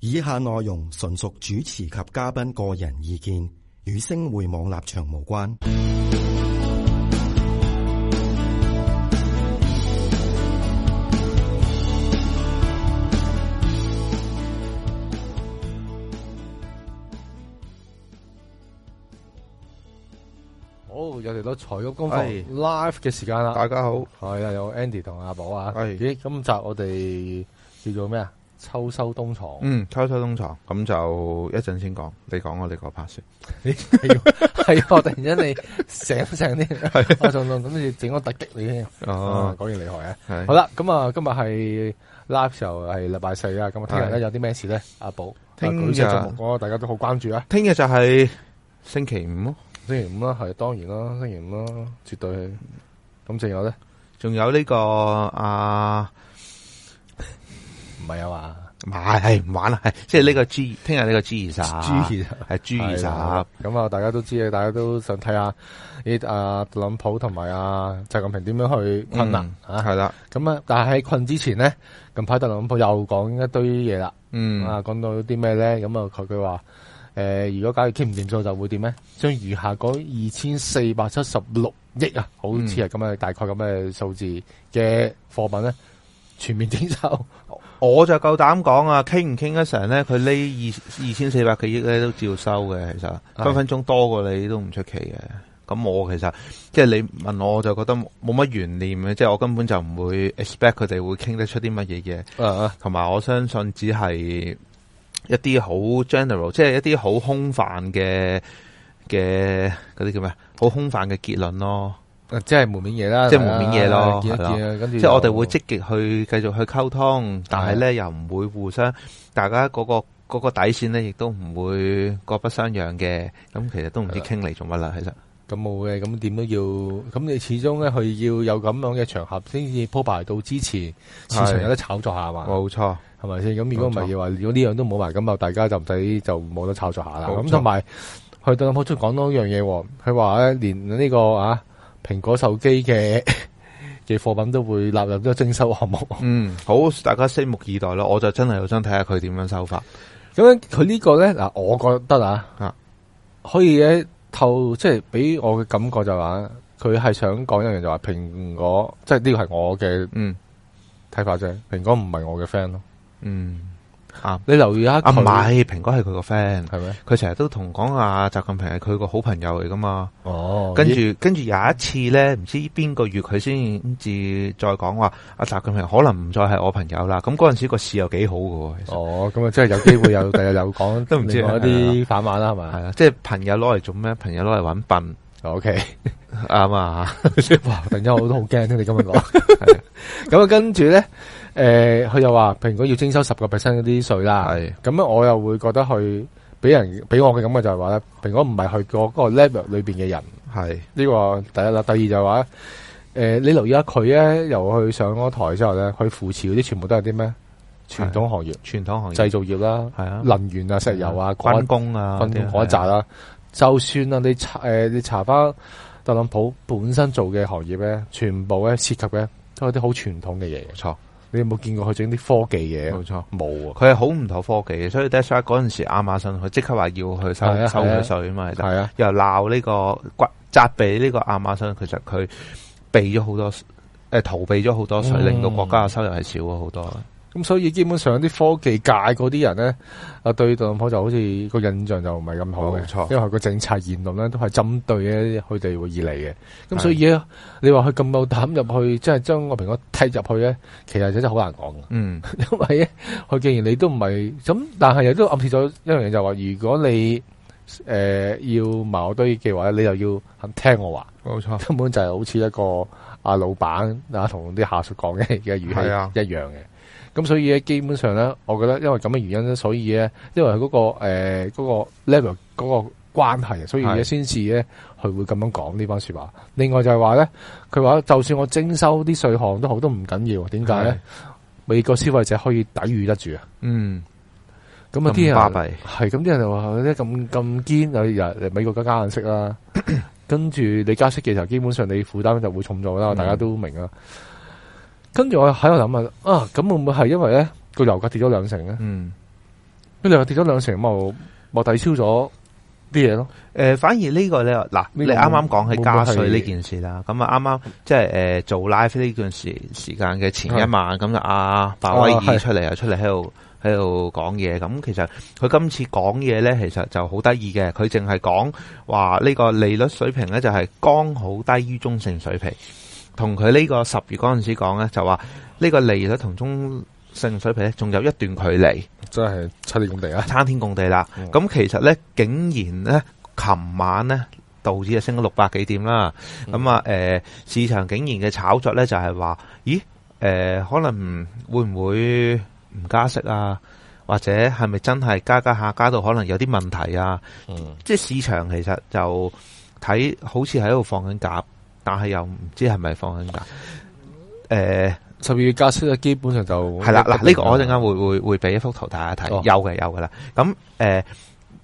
以下內容純屬主持及嘉賓個人意見，與星匯網立場無關。好，又嚟到財金工房係 live 嘅時間啦，大家好，係啊，有 Andy 同阿寶啊，係咦，今集我哋叫做咩啊？秋收冬 藏，嗯，秋秋冬藏，咁就一陣先講，你講我哋嗰 part 先，係啊我突然間你醒醒啲，我仲諗住整個突擊你添，啊哦，果然厲害啊！係好，啦，咁啊，今日係 live 時候係禮拜四啊，咁啊，聽日咧係有啲咩事咧？阿寶，聽日啊舉手目，我大家都好關注啊！聽日就係星期五咯，星期五啦，係當然啦，星期五啦，絕對係。咁仲有咧？仲有呢個啊，唔係啊嘛唔係唔玩啦，係即係呢個 G，聽日呢個嗯 G 二十， ，G 係 G 二十，係咁啊，大家都知嘅，大家都想睇下呢啊特朗普同埋啊習近平點樣去困難嗯啊。係啦，咁啊，但係喺困之前呢，近排特朗普又講一堆嘢啦。嗯，啊，講到啲咩咧？咁啊，佢佢話誒，如果假如傾唔掂數，就會點咧？將餘下嗰二千四百七十六億啊，好似嗯係咁嘅大概咁嘅數字嘅貨品咧，全面徵 收。我就夠膽講啊，傾唔傾得成咧，佢呢二二千四百幾億咧都照收嘅，其實係分分鐘多過你都唔出奇嘅。咁我其實即係你問我，我就覺得冇乜懸念嘅，即係我根本就唔會 expect 佢哋會傾得出啲乜嘢嘢，啊同埋我相信只係一啲好 general，即係一啲好空泛嘅嘅嗰啲叫咩？好空泛嘅結論咯。即係門面嘢啦，即係門面嘢咯見一見係啊，跟住即係我哋會即積極去繼續去溝通，但係咧又唔會互相，大家嗰、個嗰、個底線咧亦都唔會各不相讓嘅。咁其實都唔知傾嚟做乜啦，其實咁冇嘅，咁點都要，咁你始終咧，佢要有咁樣嘅場合先至鋪排到之前，市場有得炒作下嘛。冇錯，係咪先？咁如果唔哦冇係錯嘅話，如果呢樣都冇埋，咁啊大家就唔使就冇得炒作下啦。冇錯咁同埋佢特朗普仲講多一樣嘢喎，佢話咧連呢、個啊蘋果手機嘅 嘅貨品都會納入咗徵收項目。嗯，好，大家拭目以待咯。我就真係好想睇下佢點樣收法。咁樣佢呢個咧嗱，我覺得啊，啊可以嘅透即係俾我嘅感覺就話、佢係想講一樣嘢就話蘋果，即係呢個係我嘅嗯睇法啫。蘋果唔係我嘅 friend 咯，嗯，啱。你留意下啊，唔佢係，蘋果係佢個 friend，係咪？佢成日都同講啊習近平係佢個好朋友嚟噶嘛。哦跟住跟住有一次咧，唔知邊個月佢先至再講話阿習近平可能唔再係我朋友啦。咁嗰陣時個市又幾好嘅喎，其實哦，咁啊，即係有機會有 第日有講，都唔知另外一啲反話啊啦，係啊咪哦係啊啦，即係朋友攞嚟做咩？朋友攞嚟揾笨？O K，啱啊！ 哇！突然間我都好驚聽你咁樣 講。咁啊，跟住咧，誒，佢又話蘋果要徵收十個 percent 嗰啲税啦。係咁樣我又會覺得佢俾人俾我嘅感覺就係話咧，蘋果唔係佢嗰個 level 裏邊嘅人。係呢個第一啦，第二就係話，誒，你留意下佢咧，由佢上咗台之後咧，佢扶持嗰啲全部都係啲咩傳統行業、傳統行業製造業啦、係啊，能源啊、石油啊、嗰一軍工啊，分工嗰一扎啦。就算啊，你查誒、你查翻特朗普本身做嘅行業咧，全部咧涉及嘅都係啲好傳統嘅嘢。冇錯，你有冇見過佢整啲科技嘢？冇錯。冇啊，佢係好唔妥科技嘅，所以 Dash 嗰陣時亞馬遜佢即刻話要去收係啊收係啊佢税啊嘛，其實係啊，又鬧呢、個骨責備呢個亞馬遜，其實佢避咗好多，誒、逃避咗好多水，嗯令到國家嘅收入係少咗好多。咁所以基本上啲科技界嗰啲人咧，啊對特朗普就好似個印象就唔係咁好嘅，冇錯因為佢個政策言論咧都係針對咧佢哋會而嚟嘅。咁所以咧，你話佢咁夠膽入去，即係將個蘋果踢入去咧，其實真係好難講嘅。 嗯，因為咧，佢既然你都唔係咁，但係亦都暗示咗一樣嘢，就係話如果你誒、呃要埋我堆嘅話咧，你又要肯聽我話，冇錯，根本就係好似一個啊老闆啊同啲下屬講嘅嘅語係啊氣一樣嘅。咁所以咧，基本上咧，我覺得因為咁嘅原因咧，所以咧，因為嗰、個誒嗰、個 level 嗰個關係，啊所以咧係先至咧，佢會咁樣講呢番説話。另外就係話咧，佢話就算我徵收啲税項都好，都唔緊要。點解咧？美國消費者可以抵禦得住啊！嗯，咁啊啲咁人巴閉，係咁啲人就話咧咁咁堅啊！又又美國加加硬息 啦，跟住你加息嘅時候，基本上你負擔就會重咗啦，嗯大家都明啦。啊跟住我喺度諗啊，啊咁會唔會係因為咧個油價跌咗兩成咧？嗯，你又跌咗兩成，咪咪抵消咗啲嘢咯。诶、呃反而呢個咧，嗱，個你啱啱講起加會唔會税係呢件事啦，咁啊啱啱即係诶做 live 呢段時時間嘅前一晚，咁就阿鮑威啊係爾出嚟啊出嚟喺度喺度講嘢，咁其實佢今次講嘢咧，其實就好得意嘅，佢淨係講話呢個利率水平咧就係剛好低於中性水平，同佢呢個十月嗰陣時講咧就話呢個利率同中性水平咧仲有一段距離。真係七年咁地啊！參天共地啦嗯。咁、其實咧，竟然咧，琴晚咧。道指就升咗六百幾點啦，嗯咁啊誒市場竟然嘅炒作咧就係話，咦誒、可能會唔會唔加息啊？或者係咪真係加加下加到可能有啲問題啊？嗯即係市場其實就睇好似喺度放緊鴿，但係又唔知係咪放緊鴿。誒、呃十二月加息咧，基本上就系啦，嗱呢個我陣間會會會會俾一幅圖大家睇，哦有嘅有噶啦。咁诶、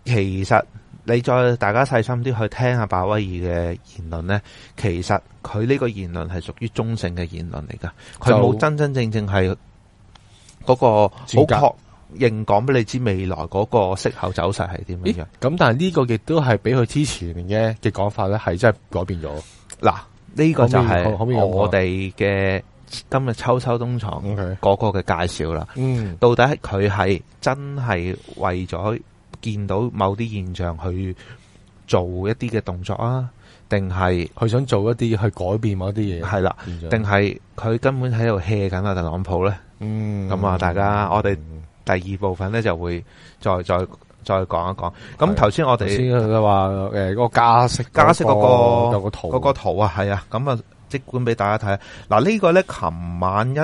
呃其實你再大家細心啲去聽下鮑威爾嘅言論咧，其實佢呢個言論係屬於中性嘅言論嚟噶，佢就冇真真正正係嗰個好專家確認講俾你知未來嗰個息口走勢係點樣咦樣。咁，但係呢個亦都係比佢之前嘅嘅講法咧，係真係改變咗。嗱，呢、個就係可唔可以可唔可以咁講我哋嘅今日秋收冬藏 K，嗰個嘅介紹啦。嗯，到底佢係真係為咗見到某啲現象去做一啲嘅動作啊？定係佢想做一啲去改變某一啲嘢，係啦？定係佢根本喺度 hea 緊啊特朗普呢？嗯咁啊大家我哋第二部分呢就會再再再講一講。咁頭先我頭先哋佢話誒嗰個加息嗰個加息嗰個有個圖嗰個圖啊，係啊，咁啊，即管俾大家睇。啊嗱，呢個呢，琴晚一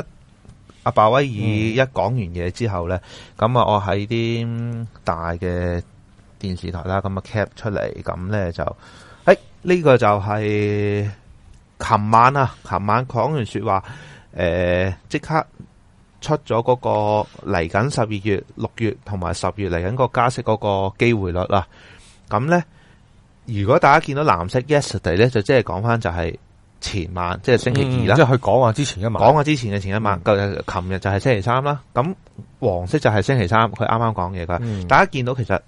阿鮑威爾一講完嘢之後呢，咁啊，我喺啲大嘅電視台啦，咁啊 cap 出嚟，咁呢就，誒呢個就係琴晚啊，琴晚講完説話，誒、呃即刻。出咗嗰個嚟緊十二月、六月同埋十月嚟緊個加息嗰個機會率啦。咁呢，如果大家見到藍色 yesterday 呢，就即係講翻就係前晚，即係星期二啦。嗯即係佢講話之前一晚嗯講啊，之前嘅前一晚，舊日琴日就係星期三啦。咁黃色就係星期三，佢啱啱講嘢噶。嗯大家見到其實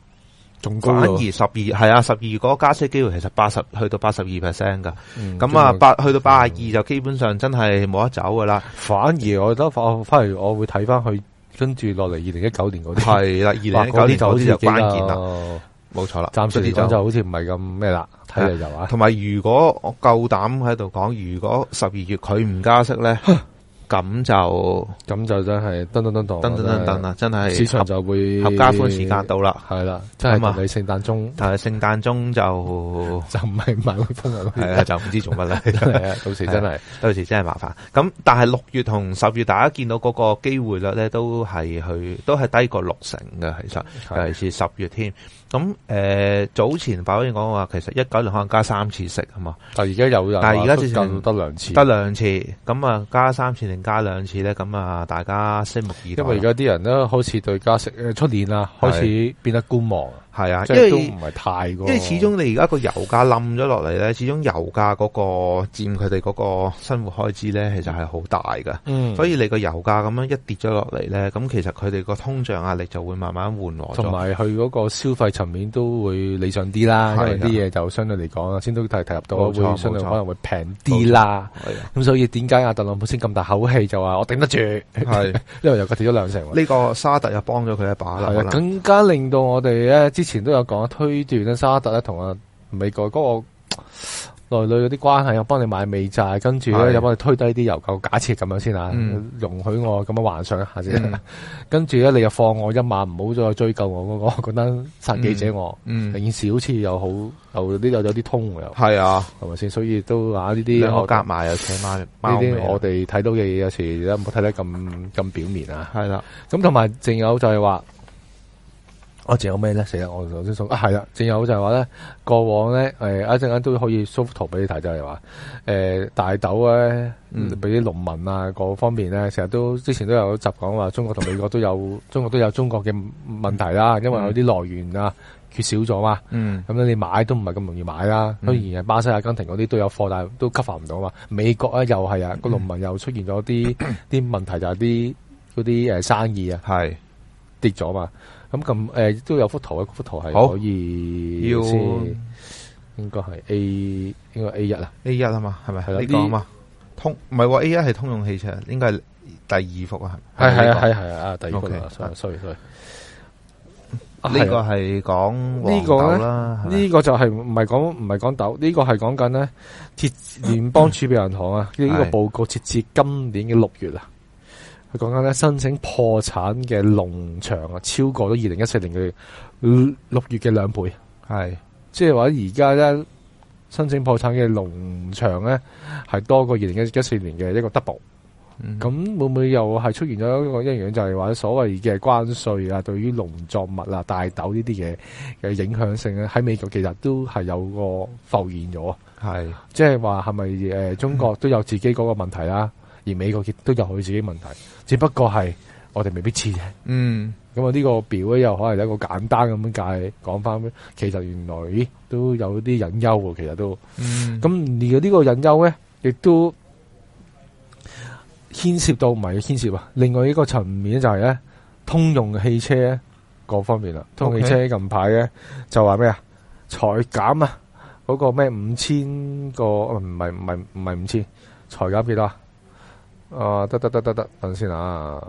仲高反咗而十二係啊，十二嗰個加息機會其實八十去到八十二 percent 噶。嗯咁啊，即係八去到八廿二就基本上真係冇得走噶啦。反而我覺得翻翻嚟，我會睇翻佢跟住落嚟二零一九年嗰啲，係啦，二零一哇九年嗰啲就關鍵啦，啦。冇錯啦。暫時所以嚟講就好似唔係咁咩啦，睇嚟就話同埋，如果我夠膽喺度講，如果十二月佢唔加息咧，咁就咁就真係噔噔噔噔噔噔噔噔，啦，真真係市係場合就會合家歡時間到啦。係啦，真係咁啊同你聖誕鐘但係聖誕鐘就就唔係買威風啊，係啊，就唔知做乜啦。 係啊，到時真係到時真係麻煩。咁但係六月同十月，大家見到嗰個機會率咧，都係去都係低過六成嘅，其實尤其是十月添。咁诶、呃早前鮑威講話，其實一九年可能加三次息啊嘛，但係而家有人話但係而家之前都夠得兩次，得兩次，咁啊加三次定加兩次咧，咁啊大家拭目以待因啦。為而家啲人咧開始對加息誒出年啊開始變得觀望，係啊，即因係為都唔係太過，因為始終你而家個油價冧咗落嚟咧，始終油價嗰個佔佢哋嗰個生活開支咧，其實係好大噶。嗯所以你個油價咁樣一跌咗落嚟咧，咁其實佢哋個通脹壓力就會慢慢緩和同咗。埋佢嗰個消費層面都會理想啲啦，因係為㗎啲嘢就相對嚟講，先都提提及到啊冇錯會相對冇錯可能會平啲啦。係啊咁所以點解阿特朗普先咁大口氣就話我頂得住？ 係因為又跌咗兩成喎。呢個沙特又幫咗佢一把啦，係可啊，能更加令到我哋咧之前都有講推斷咧，沙特咧同啊美國嗰個內裏嗰啲關係，又幫你買美債，跟住係咧又幫你推低啲油價。假設咁樣先啊嗯，容許我咁樣幻想一下嗯先。啊 跟住咧你又放我一馬，唔好再追究我嗰個 嗰單殺記者我。嗯件事好似又好又啲有有啲通喎又係啊，係咪先？所以都啊呢啲兩個我夾呢埋又扯埋貓尾啲啊我哋睇到嘅嘢有時咧唔好睇得咁咁表面啊。係啦，咁同埋仲有就係話，我哦仲有咩咧？死啦！我頭先送啊係啦，仲有就係話咧，過往咧誒一陣間都可以 show 幅圖俾你睇，就係話誒大豆咧嗯俾啲農民啊各方面咧，成日都之前都有集講話中國同美國都 有中國都有中國嘅問題啦，因為有啲來源啊缺少咗嘛。嗯咁咧你買都唔係咁容易買啦。嗯雖然係巴西、阿根廷嗰啲都有貨，但係都 cover 唔到嘛。美國咧又係啊， 個農民又出現咗啲啲問題，就係啲嗰啲誒生意啊，係跌咗嘛。咁咁诶都有幅圖啊嘅，嗰幅圖係好可以要先，應該係 A 應該 A 一啊。 A 一啊嘛，系咪係啦呢个啊嘛？通唔系喎，A 一系通用汽车，应该系第二幅啊，係係啊系係啊係啊啊，第二個啦 OK， ，sorry sorry sorry。啊呢係个啊系呢讲黄個豆呢啦，係咪呢個就係唔係講唔係講豆，呢個係講緊呢鐵聯邦儲備銀行啊，呢個係報告截至今年嘅六月啊，佢講緊呢申請破產嘅農場啊，超過咗二零一四年嘅六月嘅兩倍，系即係話而家呢申請破產嘅農場呢，係多過二零一四年嘅一個 double。嗯咁會唔會又係出現咗一個一樣，就係話所謂嘅關税啊，對於農作物啊、大豆呢啲嘢嘅影響性咧，喺美國其實都係有個浮現咗，系即係話係咪誒中國都有自己嗰個問題啦，而美國亦都有佢自己問題，只不過係我哋未必知啫。嗯。咁啊，呢個表咧又可能一個簡單咁樣解講翻，其實原來咦都有啲隱憂喎，其實都。嗯咁而呢個隱憂咧，亦都牽涉到唔係牽涉啊，另外一個層面就係咧，通用汽車嗰方面啦。通用汽車近排咧就話咩啊，裁減啊，嗰、個咩五千個呃唔係唔係唔係五千，裁減幾多啊？啊，得得得得得，等先啊，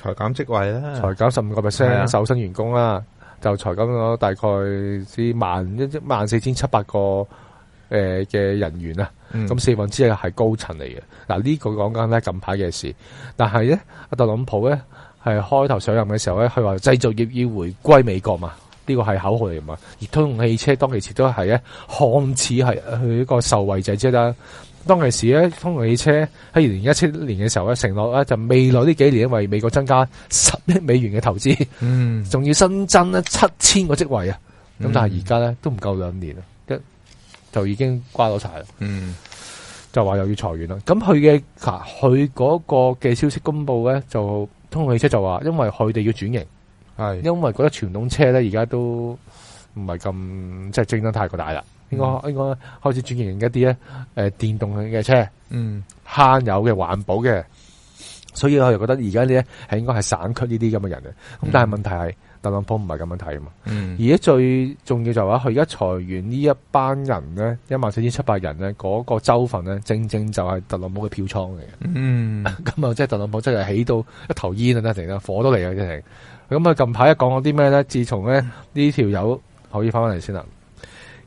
裁減職位啦，裁減十五個係啊 percent 受薪員工啦，就裁減咗大概之萬一萬四千七百個诶嘅、人員啊。嗯咁四分之一係高層嚟嘅。嗱、呢、個講緊咧近排嘅事，但係咧阿特朗普咧係開頭上任嘅時候咧，佢話製造業要回歸美國嘛，呢個係口號嚟嘛。而通用汽車當其時都係咧，看似係佢一個受惠者啫啦。當其時咧，通用汽車喺二零一七年嘅時候咧，承諾咧就未來呢幾年為美國增加十億美元嘅投資，嗯仲要新增咧七千個職位啊！咁嗯但係而家咧都唔夠兩年啊，一就已經瓜咗晒啦。嗯就話又要裁員啦。咁佢嘅嗱，佢嗰個嘅消息公布咧，就通用汽車就話，因為佢哋要轉型，嗯係因為覺得傳統車咧而家都唔係咁即係競爭太過大啦，應該應該開始轉型一啲咧誒電動嘅車，嗯慳油嘅環保嘅，所以我就覺得而家呢係應該係省區呢啲咁嘅人啊嘅。咁但係問題係特朗普唔係咁樣睇啊嘛。嗯而家最重要就係話，佢而家裁員呢一班人咧，一萬四千七百人咧，嗰、個州份咧，正正就係特朗普嘅票倉嚟嘅。嗯 咁啊，即係特朗普真係起到一頭煙啊，真係成啦，火都嚟啊，真係。咁啊，近排一講嗰啲咩咧？自從咧嗯呢條友可以翻返嚟先啦。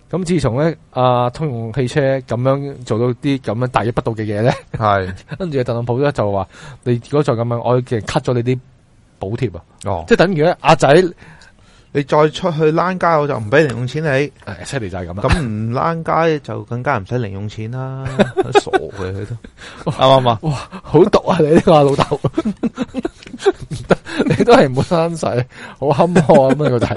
咁自從咧啊通用汽車咁樣做到啲咁樣大逆不道嘅嘢咧，係 跟住特朗普咧就話：你如果再咁樣，我嘅 cut 咗你啲補貼啊！哦，即係等於咧阿仔，你再出去躝街我就唔俾零用錢你，誒犀利就係咁啦。咁唔躝街就更加唔使零用 錢啦，傻嘅佢都哦啱唔啱啊？好毒啊！你呢個老豆， 唔得，你都係唔好生仔，好坎坷啊咁樣個仔，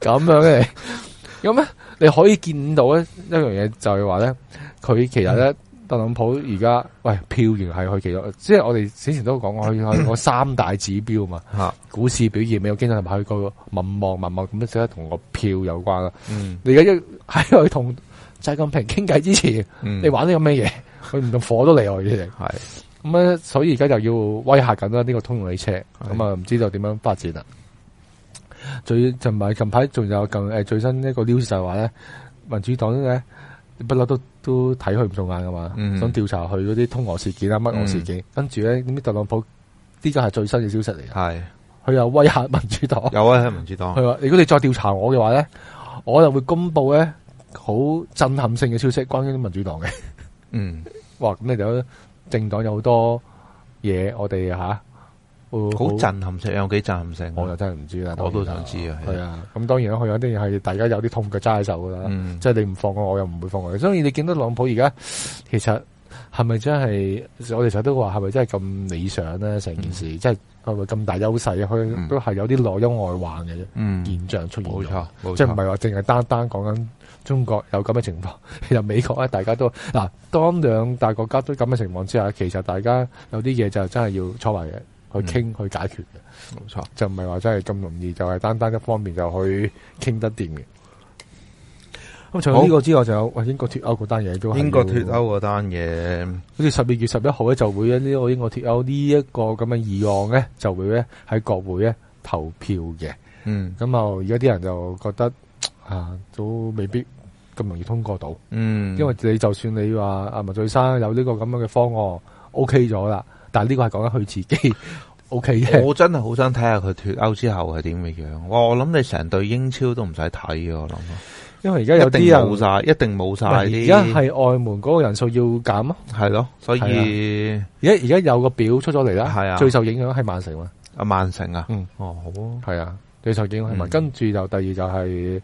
咁樣嘅你，咁咧你可以見到咧一樣嘢就係話咧，佢其實咧特朗普而家喂票源係佢其中，即係我哋之前都講過，佢佢嗰三大指標嘛，吓股市表現、美國經濟同埋佢個民望、民望咁樣，即係同個票有關啦。嗯你而家一喺佢同習近平傾偈之前，嗯你玩啲咁咩嘢？佢唔同火都嚟我哋。係咁咧，所以而家又要威嚇緊啦呢個通用汽車，咁啊唔知道點樣發展啦。最近埋近排仲有近誒最新一個 news 就係話咧，民主黨咧不嬲都都睇佢唔順眼噶嘛，嗯想調查佢嗰啲通俄事件啊、乜俄事件，跟住咧點知特朗普呢個係最新嘅消息嚟嘅，係佢又威嚇民主黨，有啊，喺民主哦黨佢話如果你再調查我嘅話咧，我就會公布咧好震撼性嘅消息關於民主黨嘅。嗯哇！咁你就政黨有好多嘢，我哋吓會好，震撼性，有幾震撼性啊，我就真係唔知啦。我都想知啊，係啊，咁當然啦，佢有啲嘢係大家有啲痛腳揸喺手噶啦，嗯即係你唔放過我，又唔會放過你。所以你見到特朗普而家其實係咪真係我哋成日都話係咪真係咁理想咧？成件事即係係咪咁大優勢啊？嗯佢都係有啲內憂外患嘅啫嗯現象出現咗冇錯，冇錯即係唔係話淨係單單講緊中國有咁嘅情況， 其實美國啊咧大家都嗱，當兩大國家都咁嘅情況之下，其實大家有啲嘢就真係要坐埋嘅去傾嗯去解決嘅，冇錯，就唔係話真係咁容易，就係單單一方面就去傾得掂嘅。咁除咗呢個之外，就有喂英國脱歐嗰單嘢都係英國要脱歐嗰單嘢，好似十二月十一號咧就會呢個英國脱歐呢一個咁嘅議案咧就會咧喺國會咧投票嘅。嗯咁啊，而家啲人就覺得啊，都未必咁容易通過到，嗯，因為你就算你話啊文翠珊有呢個咁樣嘅方案 OK 咗啦，但係呢個係講緊佢自己 OK 啫。我真係好想睇下佢脱歐之後係點嘅樣。哇！我諗你成隊英超都唔使睇嘅，我諗。因為而家有一啲定冇人晒，一定冇晒而家啲。係外門嗰個人數要減啊，係咯，所以而家而家有個表出咗嚟啦，係啊最受影響係曼城啊，阿曼城啊嗯，哦好啊，係啊，最受影響係曼嗯跟住就第二就係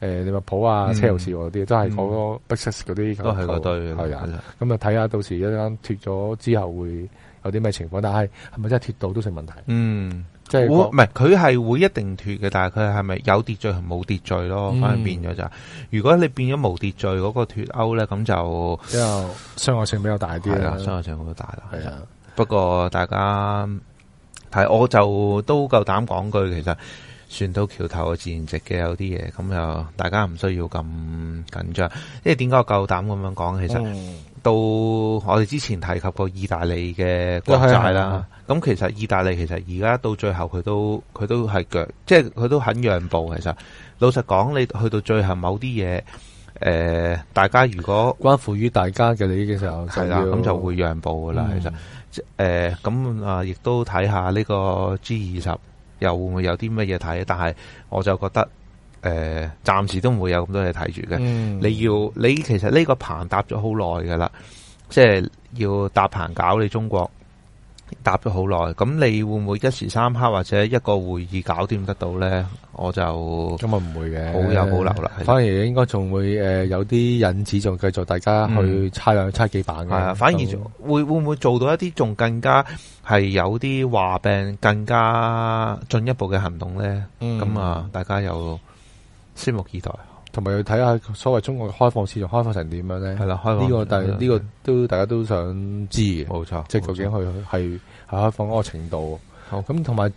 誒利物浦啊、嗯車路士嗰啲，都係嗰個 Big Six 嗰啲都係嗰堆。係啊。咁啊睇下到時一間脱咗之後會有啲咩情況，但係係咪真係脱到都成問題？嗯，即會係唔個係佢係會一定脱嘅，但係佢係咪有秩序同冇秩序咯？嗯反而變咗就係，如果你變咗冇秩序嗰個脱歐咧，咁就比較傷害性比較大啲係啊啦，啦。傷害性會大啦。係啊，不過大家睇，我就都夠膽講句，其實船到橋頭自然直嘅有啲嘢，咁又大家唔需要咁緊張。因為點解我夠膽咁樣講？其實嗯到我哋之前提及過意大利嘅國債啦，咁其實意大利其實而家到最後佢都佢都係腳，即係佢都肯讓步。其實老實講，你去到最後某啲嘢，誒、大家如果關乎於大家嘅利益嘅時候，係啦，要咁就會讓步噶啦，其實。誒咁啊，亦都睇下呢個 G 二十又會唔會有啲乜嘢睇？但係我就覺得誒、呃，暫時都唔會有咁多嘢睇住嘅。嗯你要你其實呢個棚搭咗好耐㗎啦，即係要搭棚搞你中國搭咗好耐。咁你會唔會一時三刻或者一個會議搞掂得到呢？我就咁啊唔會嘅，好有保留啦。係反而應該仲會誒有啲引子，仲繼續大家去猜兩猜幾版嘅。嗯係啊，反而咁就會會唔會做到一啲仲更加係有啲話病更加進一步嘅行動呢？嗯咁，啊，大家又拭目以待，同埋要睇下所謂中國嘅開放市場開放成點樣咧？係啊呢啦，開放個但呢個都大家都想知嘅。冇錯，即係究竟佢係係開放嗰個程度。好咁同埋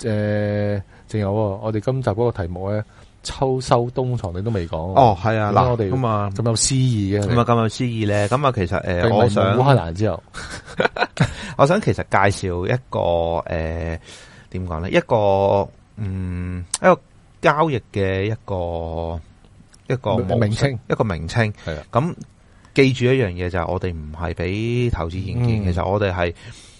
誒，仲有喎我哋今集嗰個題目咧，秋收冬藏你都未講。，哦，係啊，咁嗱，我哋咁啊，咁有詩意嘅。咁啊，咁有詩意咧，咁啊，其實繼誒，埋我烏想克蘭之後，我想其實介紹一個誒點講咧，一個嗯一個交易嘅一個一個模式名稱一個名稱，係啊咁記住一樣嘢就係我哋唔係俾投資意見，嗯其實我哋係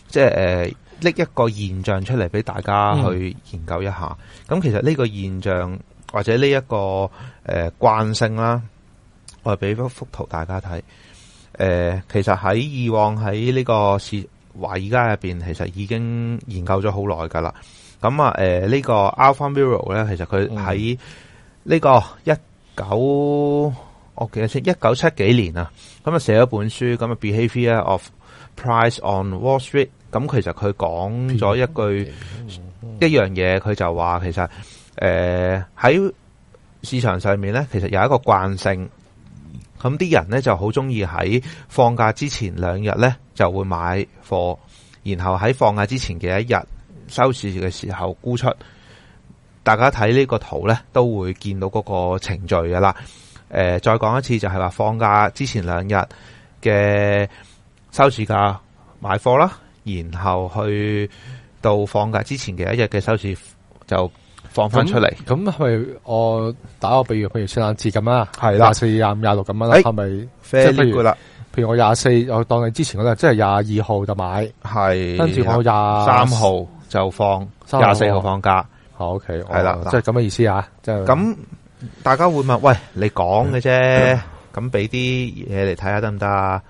即係誒拎一個現象出嚟俾大家去研究一下。咁、其實呢個現象或者呢、一個誒、呃、慣性啦，我哋俾幅幅圖大家睇。誒、呃其實喺以往喺呢個市華爾街入邊，其實已經研究咗好耐㗎啦。咁啊，誒、呢、個 Alpha Mirror 咧，其實佢喺呢個一九我記得先，一九七幾年啊，咁啊寫咗本書，咁啊 Behavior of Price on Wall Street，咁其實佢講咗一句一樣嘢，佢就話其實誒喺、市場上面咧，其實有一個慣性，咁啲人咧就好中意喺放假之前兩日咧就會買貨，然後喺放假之前嘅一日收市嘅時候沽出。大家睇呢個圖咧，都會見到嗰個程序噶啦。誒、再講一次就係話放假之前兩日嘅收市價買貨啦，然後去到放假之前嘅一日嘅收市就放翻出嚟。咁係咪我打個比喻，譬如聖誕節咁啦，係啦廿四、廿五、廿六咁樣啦，哎係咪？嗯即係 fairly 譬如 good 啦，譬如我廿四，我當你之前嗰日，即係廿二號就買，係跟住我廿三，號就放，三號廿四號放假。好 OK，係啦哦嗱即係咁嘅意思啊，即係咁大家會問：喂，你講嘅啫，咁俾啲嘢嚟睇下得唔得啊？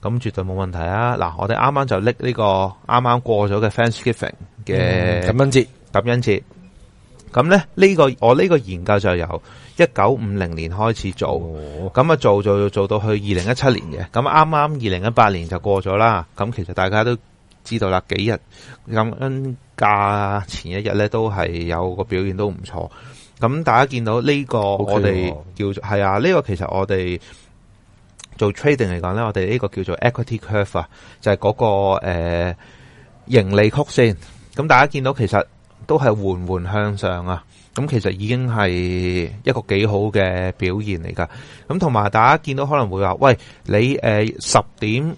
咁絕對冇問題啊！嗱，我哋啱啱就拎呢個啱啱過咗嘅 Thanksgiving 嘅咁樣嗯節，感恩節。咁咧呢、個我呢個研究就由一九五零年開始做，哦咁啊做做做到去二零一七年嘅，咁啱啱二零一八年就過咗啦。咁其實大家都知道啦，幾日感恩假前一日咧都係有個表現都唔錯。咁大家見到呢個 OK 我哋喎叫做係啊，呢、個其實我哋做 trading 嚟講咧，我哋呢個叫做 equity curve 啊，就係嗰、個、呃、盈利曲線。咁大家見到其實都係緩緩向上啊。咁其實已經係一個幾好嘅表現嚟㗎。咁同埋大家見到可能會話，喂，你呃誒十、點，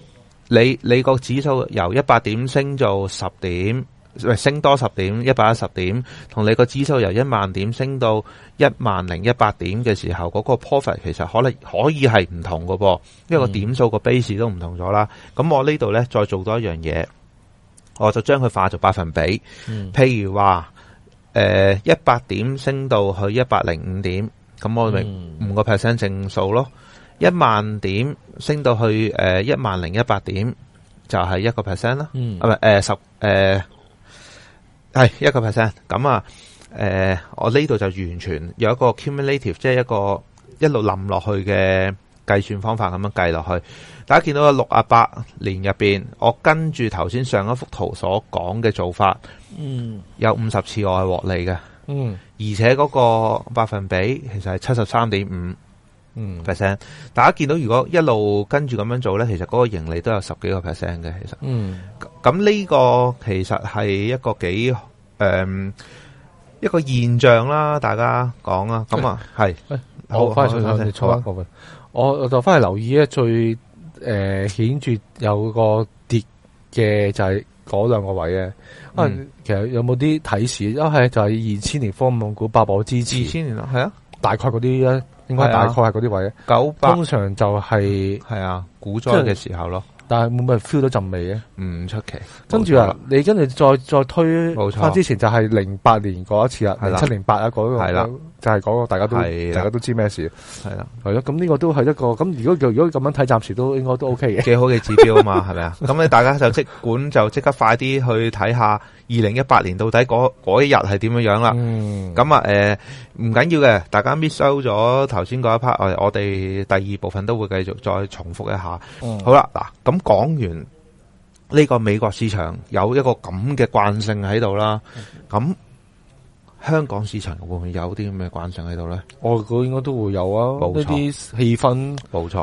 你你個指數由一百點升到十點，喂升多十點，一百一十點，同你個指數由一萬點升到一萬零一百點嘅時候，嗰、個 profit 其實可能可以係唔同嘅噃，因為嗯個點數個 base 都唔同咗啦。咁我呢度呢，再做多一樣嘢，我就將佢化做百分比。嗯譬如話，诶一百點升到去一百零五點，咁我咪嗯五個 percent 正數咯。一萬點升到去诶一萬零一百點，就係一個 percent 啦。嗯啊唔係诶十诶係一個 percent。咁啊诶，誒我呢度就完全有一個 cumulative，即係一個一路冧落去嘅計算方法咁樣計落去。大家見到個六啊八年入邊，我跟住頭先上一幅圖所講嘅做法。嗯有五十次我係獲利嘅，嗯而且嗰個百分比其實係七十三點五嗯 percent。大家見到如果一路跟住咁樣做呢，其實嗰個盈利都有十幾個 percent 嘅。其實嗯咁呢個其實係一個幾诶、嗯一個現象啦，大家講啦。咁啊，係喂好我翻去想好你好坐一啊個位我我就翻去留意咧，最诶显著有個跌嘅就係嗰兩個位嘅。可嗯能其實有冇啲提示？一係就係二千年科網股爆破支二持，千年啦，係啊，大概嗰啲咧，應該係啊大概係嗰啲位。九百通常就係，係啊，股災嘅時候咯，但係會唔會 feel 到陣味嘅？啊唔出奇。跟住啊，你跟住再再推冇錯翻之前就係零八年嗰一次啦，係零啦七零八啊嗰個係啦就係嗰個大家都係啦大家都知咩事，啊係啦，係咯。咁呢個都係一個咁，如果如果咁樣睇，暫時都應該都 OK 嘅。幾好嘅指標啊嘛，係咪啊？咁你大家就即管就即刻快啲去睇下二零一八年到底嗰嗰一日係點樣樣啦。嗯，咁啊，诶、唔緊要嘅，大家 miss 收咗頭先嗰一 part，我我哋第二部分都會繼續再重複一下。好好啦，嗱，咁講完呢個美國市場有一個咁嘅慣性喺度啦，咁香港市場會唔會有啲咁嘅慣性喺度呢？我估應該都會有啊。冇錯呢啲氣氛冇錯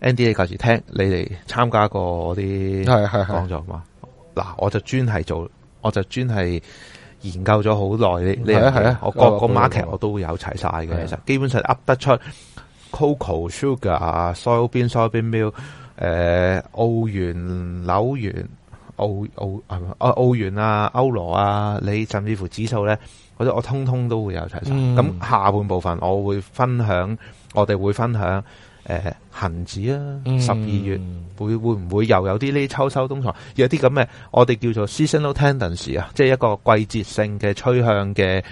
a n d y 你舊時聽你哋參加過我啲係係係講咗嘛？嗱，我就專係做，我就專係研究咗好耐呢呢樣係啊係嘢啊。我各個我我 market 我都會有齊係晒啊嘅，其實基本上噏得出 cocoa、sugar 啊、soybean、soybean meal、誒澳元、紐元、澳澳係咪啊澳元啊、歐羅啊，你甚至乎指數咧，我都我通通都會有齊晒。嗯咁、下半部分我會分享，我哋會分享誒恆指啊，十二月。會會唔會又有啲呢啲秋收冬藏，有啲咁嘅我哋叫做 seasonal tendency 啊，即係一個季節性嘅趨向嘅，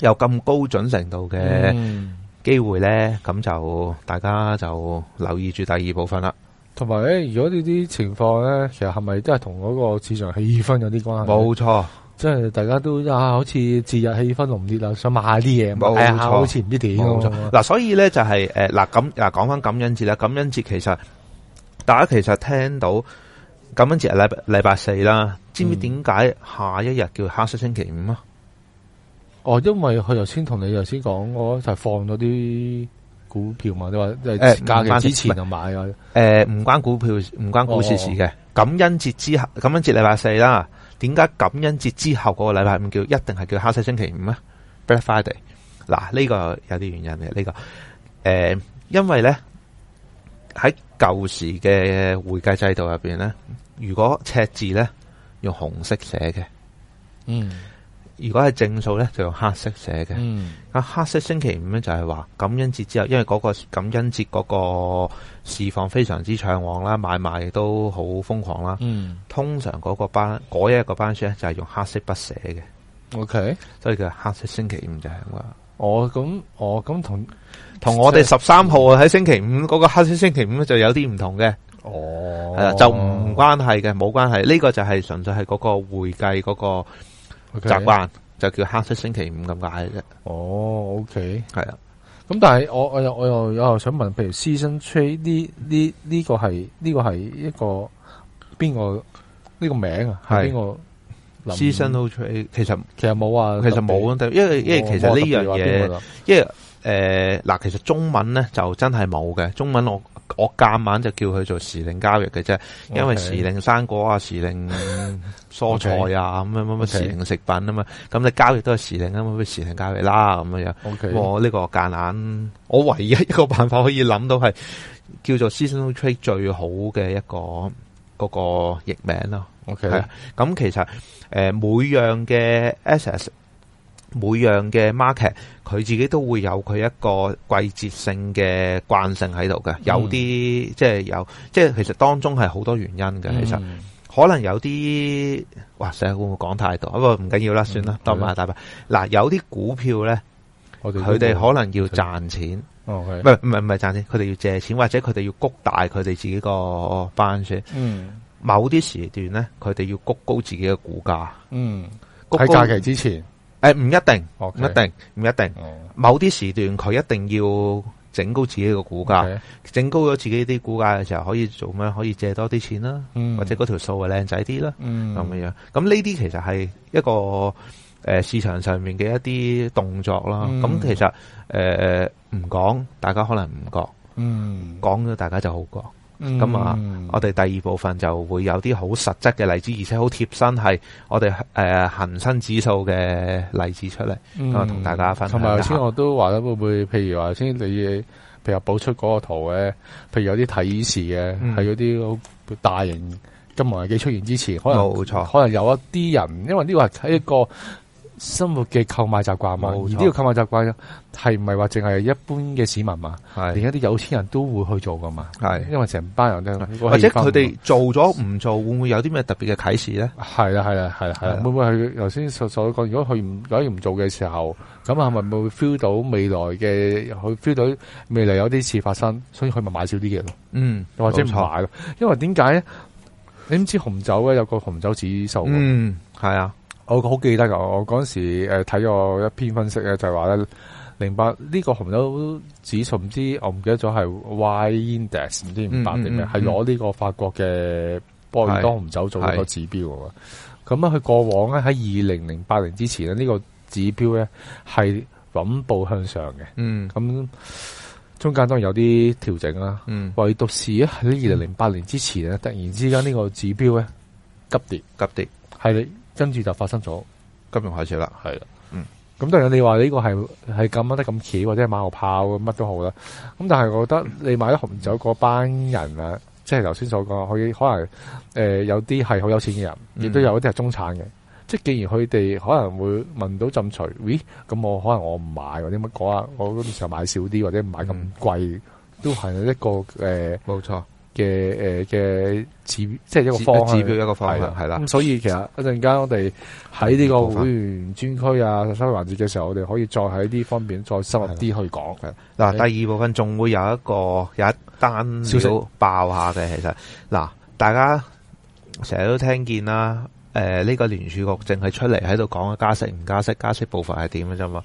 有咁高準程度嘅嗯機會呢，咁、就大家就留意住第二部分啦。同埋咧，如果呢啲情況咧，其實係咪都係同嗰個市場氣氛有啲關係？冇錯，即係大家都啊，好似節日氣氛濃烈啦，想買下啲嘢，冇買下錯好似唔知點冇錯。咁。哦嗱，所以呢，就係誒嗱咁嗱講翻感恩節啦，感恩節其實大家其實聽到感恩節係禮拜禮拜四啦，知唔知點解下一日叫黑色星期五啊？哦，因為佢頭先同你頭先講嗰就係放咗啲股票嘛，你話即誒係假期之前唔就買啊，诶，呃唔、關股票，唔關股市事嘅。感恩節之後，感恩節禮拜四啦。點解感恩節之後嗰個禮拜五叫一定係叫黑色星期五咧？Black 啊 Friday。嗱，呢、個有啲原因嘅。呢、個诶、誒因為咧喺舊時嘅會計制度入边咧，如果赤字咧用紅色寫嘅，嗯如果係正數咧就用黑色寫嘅。嗯啊，黑色星期五咧就係話感恩節之後，因為嗰個感恩節嗰個市況非常之暢旺啦，買賣亦都好瘋狂啦。嗯通常嗰個班嗰一日個班書咧就係用黑色筆寫嘅， ，OK，所以叫黑色星期五就係咁啦。我咁我咁同同我哋十三號喺星期五嗰個黑色星期五咧就有啲唔同嘅，哦係啦就唔關係嘅，冇關係。呢、個就係純粹係嗰個會計嗰個習。慣，就叫黑色星期五咁解嘅啫。哦，OK，係啊，咁但係我我又我又又想問，譬如 season trade 呢呢呢個係呢個係一個邊個呢個名啊？係係邊個諗 seasonal trade 其實其實冇啊，其實冇啊，因為因為其哦實呢樣嘢。因为诶嗱、其實中文咧就真係冇嘅，中文我我夾硬就叫佢做時令交易嘅啫，因為 OK 嗯時令生果啊、時令蔬菜啊、咁樣乜 OK 乜時令食品啊嘛，咁你交易都係時令啊嘛，咪時令交易啦咁樣樣。 O K，我呢個間硬，我唯一一個辦法可以諗到係叫做 seasonal trade 最好嘅一個嗰、個譯名咯。 O K，係啊咁其實诶、呃每樣嘅 assets，每樣嘅 market，佢自己都會有佢一個季節性嘅慣性喺度嘅。有啲即係有，即係其實當中係好多原因嘅。嗯其實可能有啲，哇！成日會唔會講太多？不過唔緊要啦，算啦，當買大把。嗱，有啲股票咧，我哋佢哋可能要賺錢， O 唔 K，係唔係唔係賺錢，佢哋要借錢，或者佢哋要谷大佢哋自己個班先。嗯某啲時段咧，佢哋要谷高自己嘅股價。嗯，谷喺假高期之前诶，唔一定， ，O 唔 K，一定，唔一定。哦某啲時段佢一定要整高自己嘅股價， ，OK，整高咗自己啲股價嘅時候，可以做咩？可以借多啲錢啦，嗯或者嗰條數係靚仔啲啦，嗯咁樣。咁呢啲其實係一個诶、呃市場上面嘅一啲動作啦。嗯咁、其實诶唔講，大家可能唔覺；嗯講咗，大家就好覺。咁啊嗯我哋第二部分就會有啲好實質嘅例子，而且好貼身，係我哋诶恒生指數嘅例子出嚟。咁啊同大家分嗯同享埋頭一先下我都話啦，會唔會譬如話先你，譬如話補出嗰個圖咧，譬如有啲睇市嘅，嗯係嗰啲好大型金融危機出現之前，可能冇錯可能有一啲人，因為呢個係一個生活嘅購買習慣嘛，而冇錯呢個購買習慣係唔係話淨係一般嘅市民嘛，係連一啲有錢人都會去做噶嘛，係因為成班人咧，或者佢哋做咗唔做，會唔會有啲咩特別嘅啟示咧？系啦，系啦，系啦，系係啦啊。會唔會係頭先所所講？如果佢唔，如果佢唔做嘅時候，咁係咪會 feel 到未來嘅？佢 feel 到未來有啲事發生，所以佢咪買少啲嘢咯，嗯，又或者唔冇錯買咯？因為點解咧？你唔知紅酒咧有個紅酒指數，嗯，係啊，我好記得噶。我嗰陣時誒睇過一篇分析咧，就係話咧零八呢個紅酒指數唔知我唔記得咗係 Y index 唔知五百定咩，嗯嗯嗯係攞呢個法國嘅波爾多紅酒做一個指標㗎嘛。咁啊，佢過往咧喺二零零八年之前咧，呢、個指標咧係穩步向上嘅。嗯咁中間當然有啲調整啦，嗯，唯獨是咧喺二零零八年之前咧，突然之間呢個指標咧急跌，急跌係跟住就發生咗。金融海嘯啦，系啦，嗯，咁當然你話呢個係係咁啱得咁巧，或者係馬後炮乜都好啦。咁但係我覺得你買咗紅酒嗰班人啊，即係頭先所講，佢可能诶、呃有啲係好有錢嘅人，嗯亦都有啲係中產嘅。即係既然佢哋可能會聞到浸除，咦？咁我可能我唔買或者乜嗰下，我嗰陣時候買少啲或者唔買咁嗯貴，都係一個诶冇錯，嘅诶嘅指，即係一個指方向指標一個方向係啦咁所以其實一陣間我哋喺呢個會員專區啊、收費環節嘅時候，我哋可以再喺呢方面再深入啲去講。嗱，第二部分仲會有一個有一單消息料爆下嘅，其實嗱，大家成日都聽見啦。誒、呢、個聯儲局淨係出嚟喺度講加息唔加息，加息步伐係點嘅啫嘛。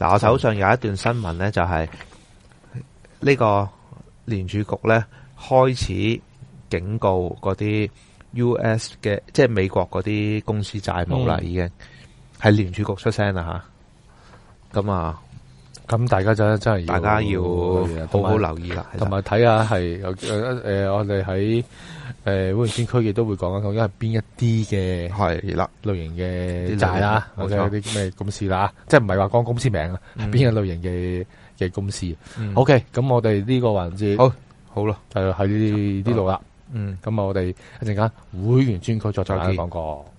嗱，我手上有一段新聞咧，就係、呢個聯儲局咧開始警告嗰啲 U.S. 嘅，即係美國嗰啲公司債務啦，嗯已經係聯儲局出聲啦吓，咁啊，咁大家就真係大家要好好啊同埋留意啦。其實同埋睇下係有诶我哋喺呃诶會員專區亦都會講緊究竟係邊一啲嘅系啦，類型嘅啲債啦，類型或冇嗯者錯啲咩公司啦，即係唔係話講公司名啊，係邊一類型嘅嘅公司。OK，咁我哋呢個環節嗯好好咯，就喺呢度啦。嗯。啊咁我哋一陣間會員專區再再再講見講過。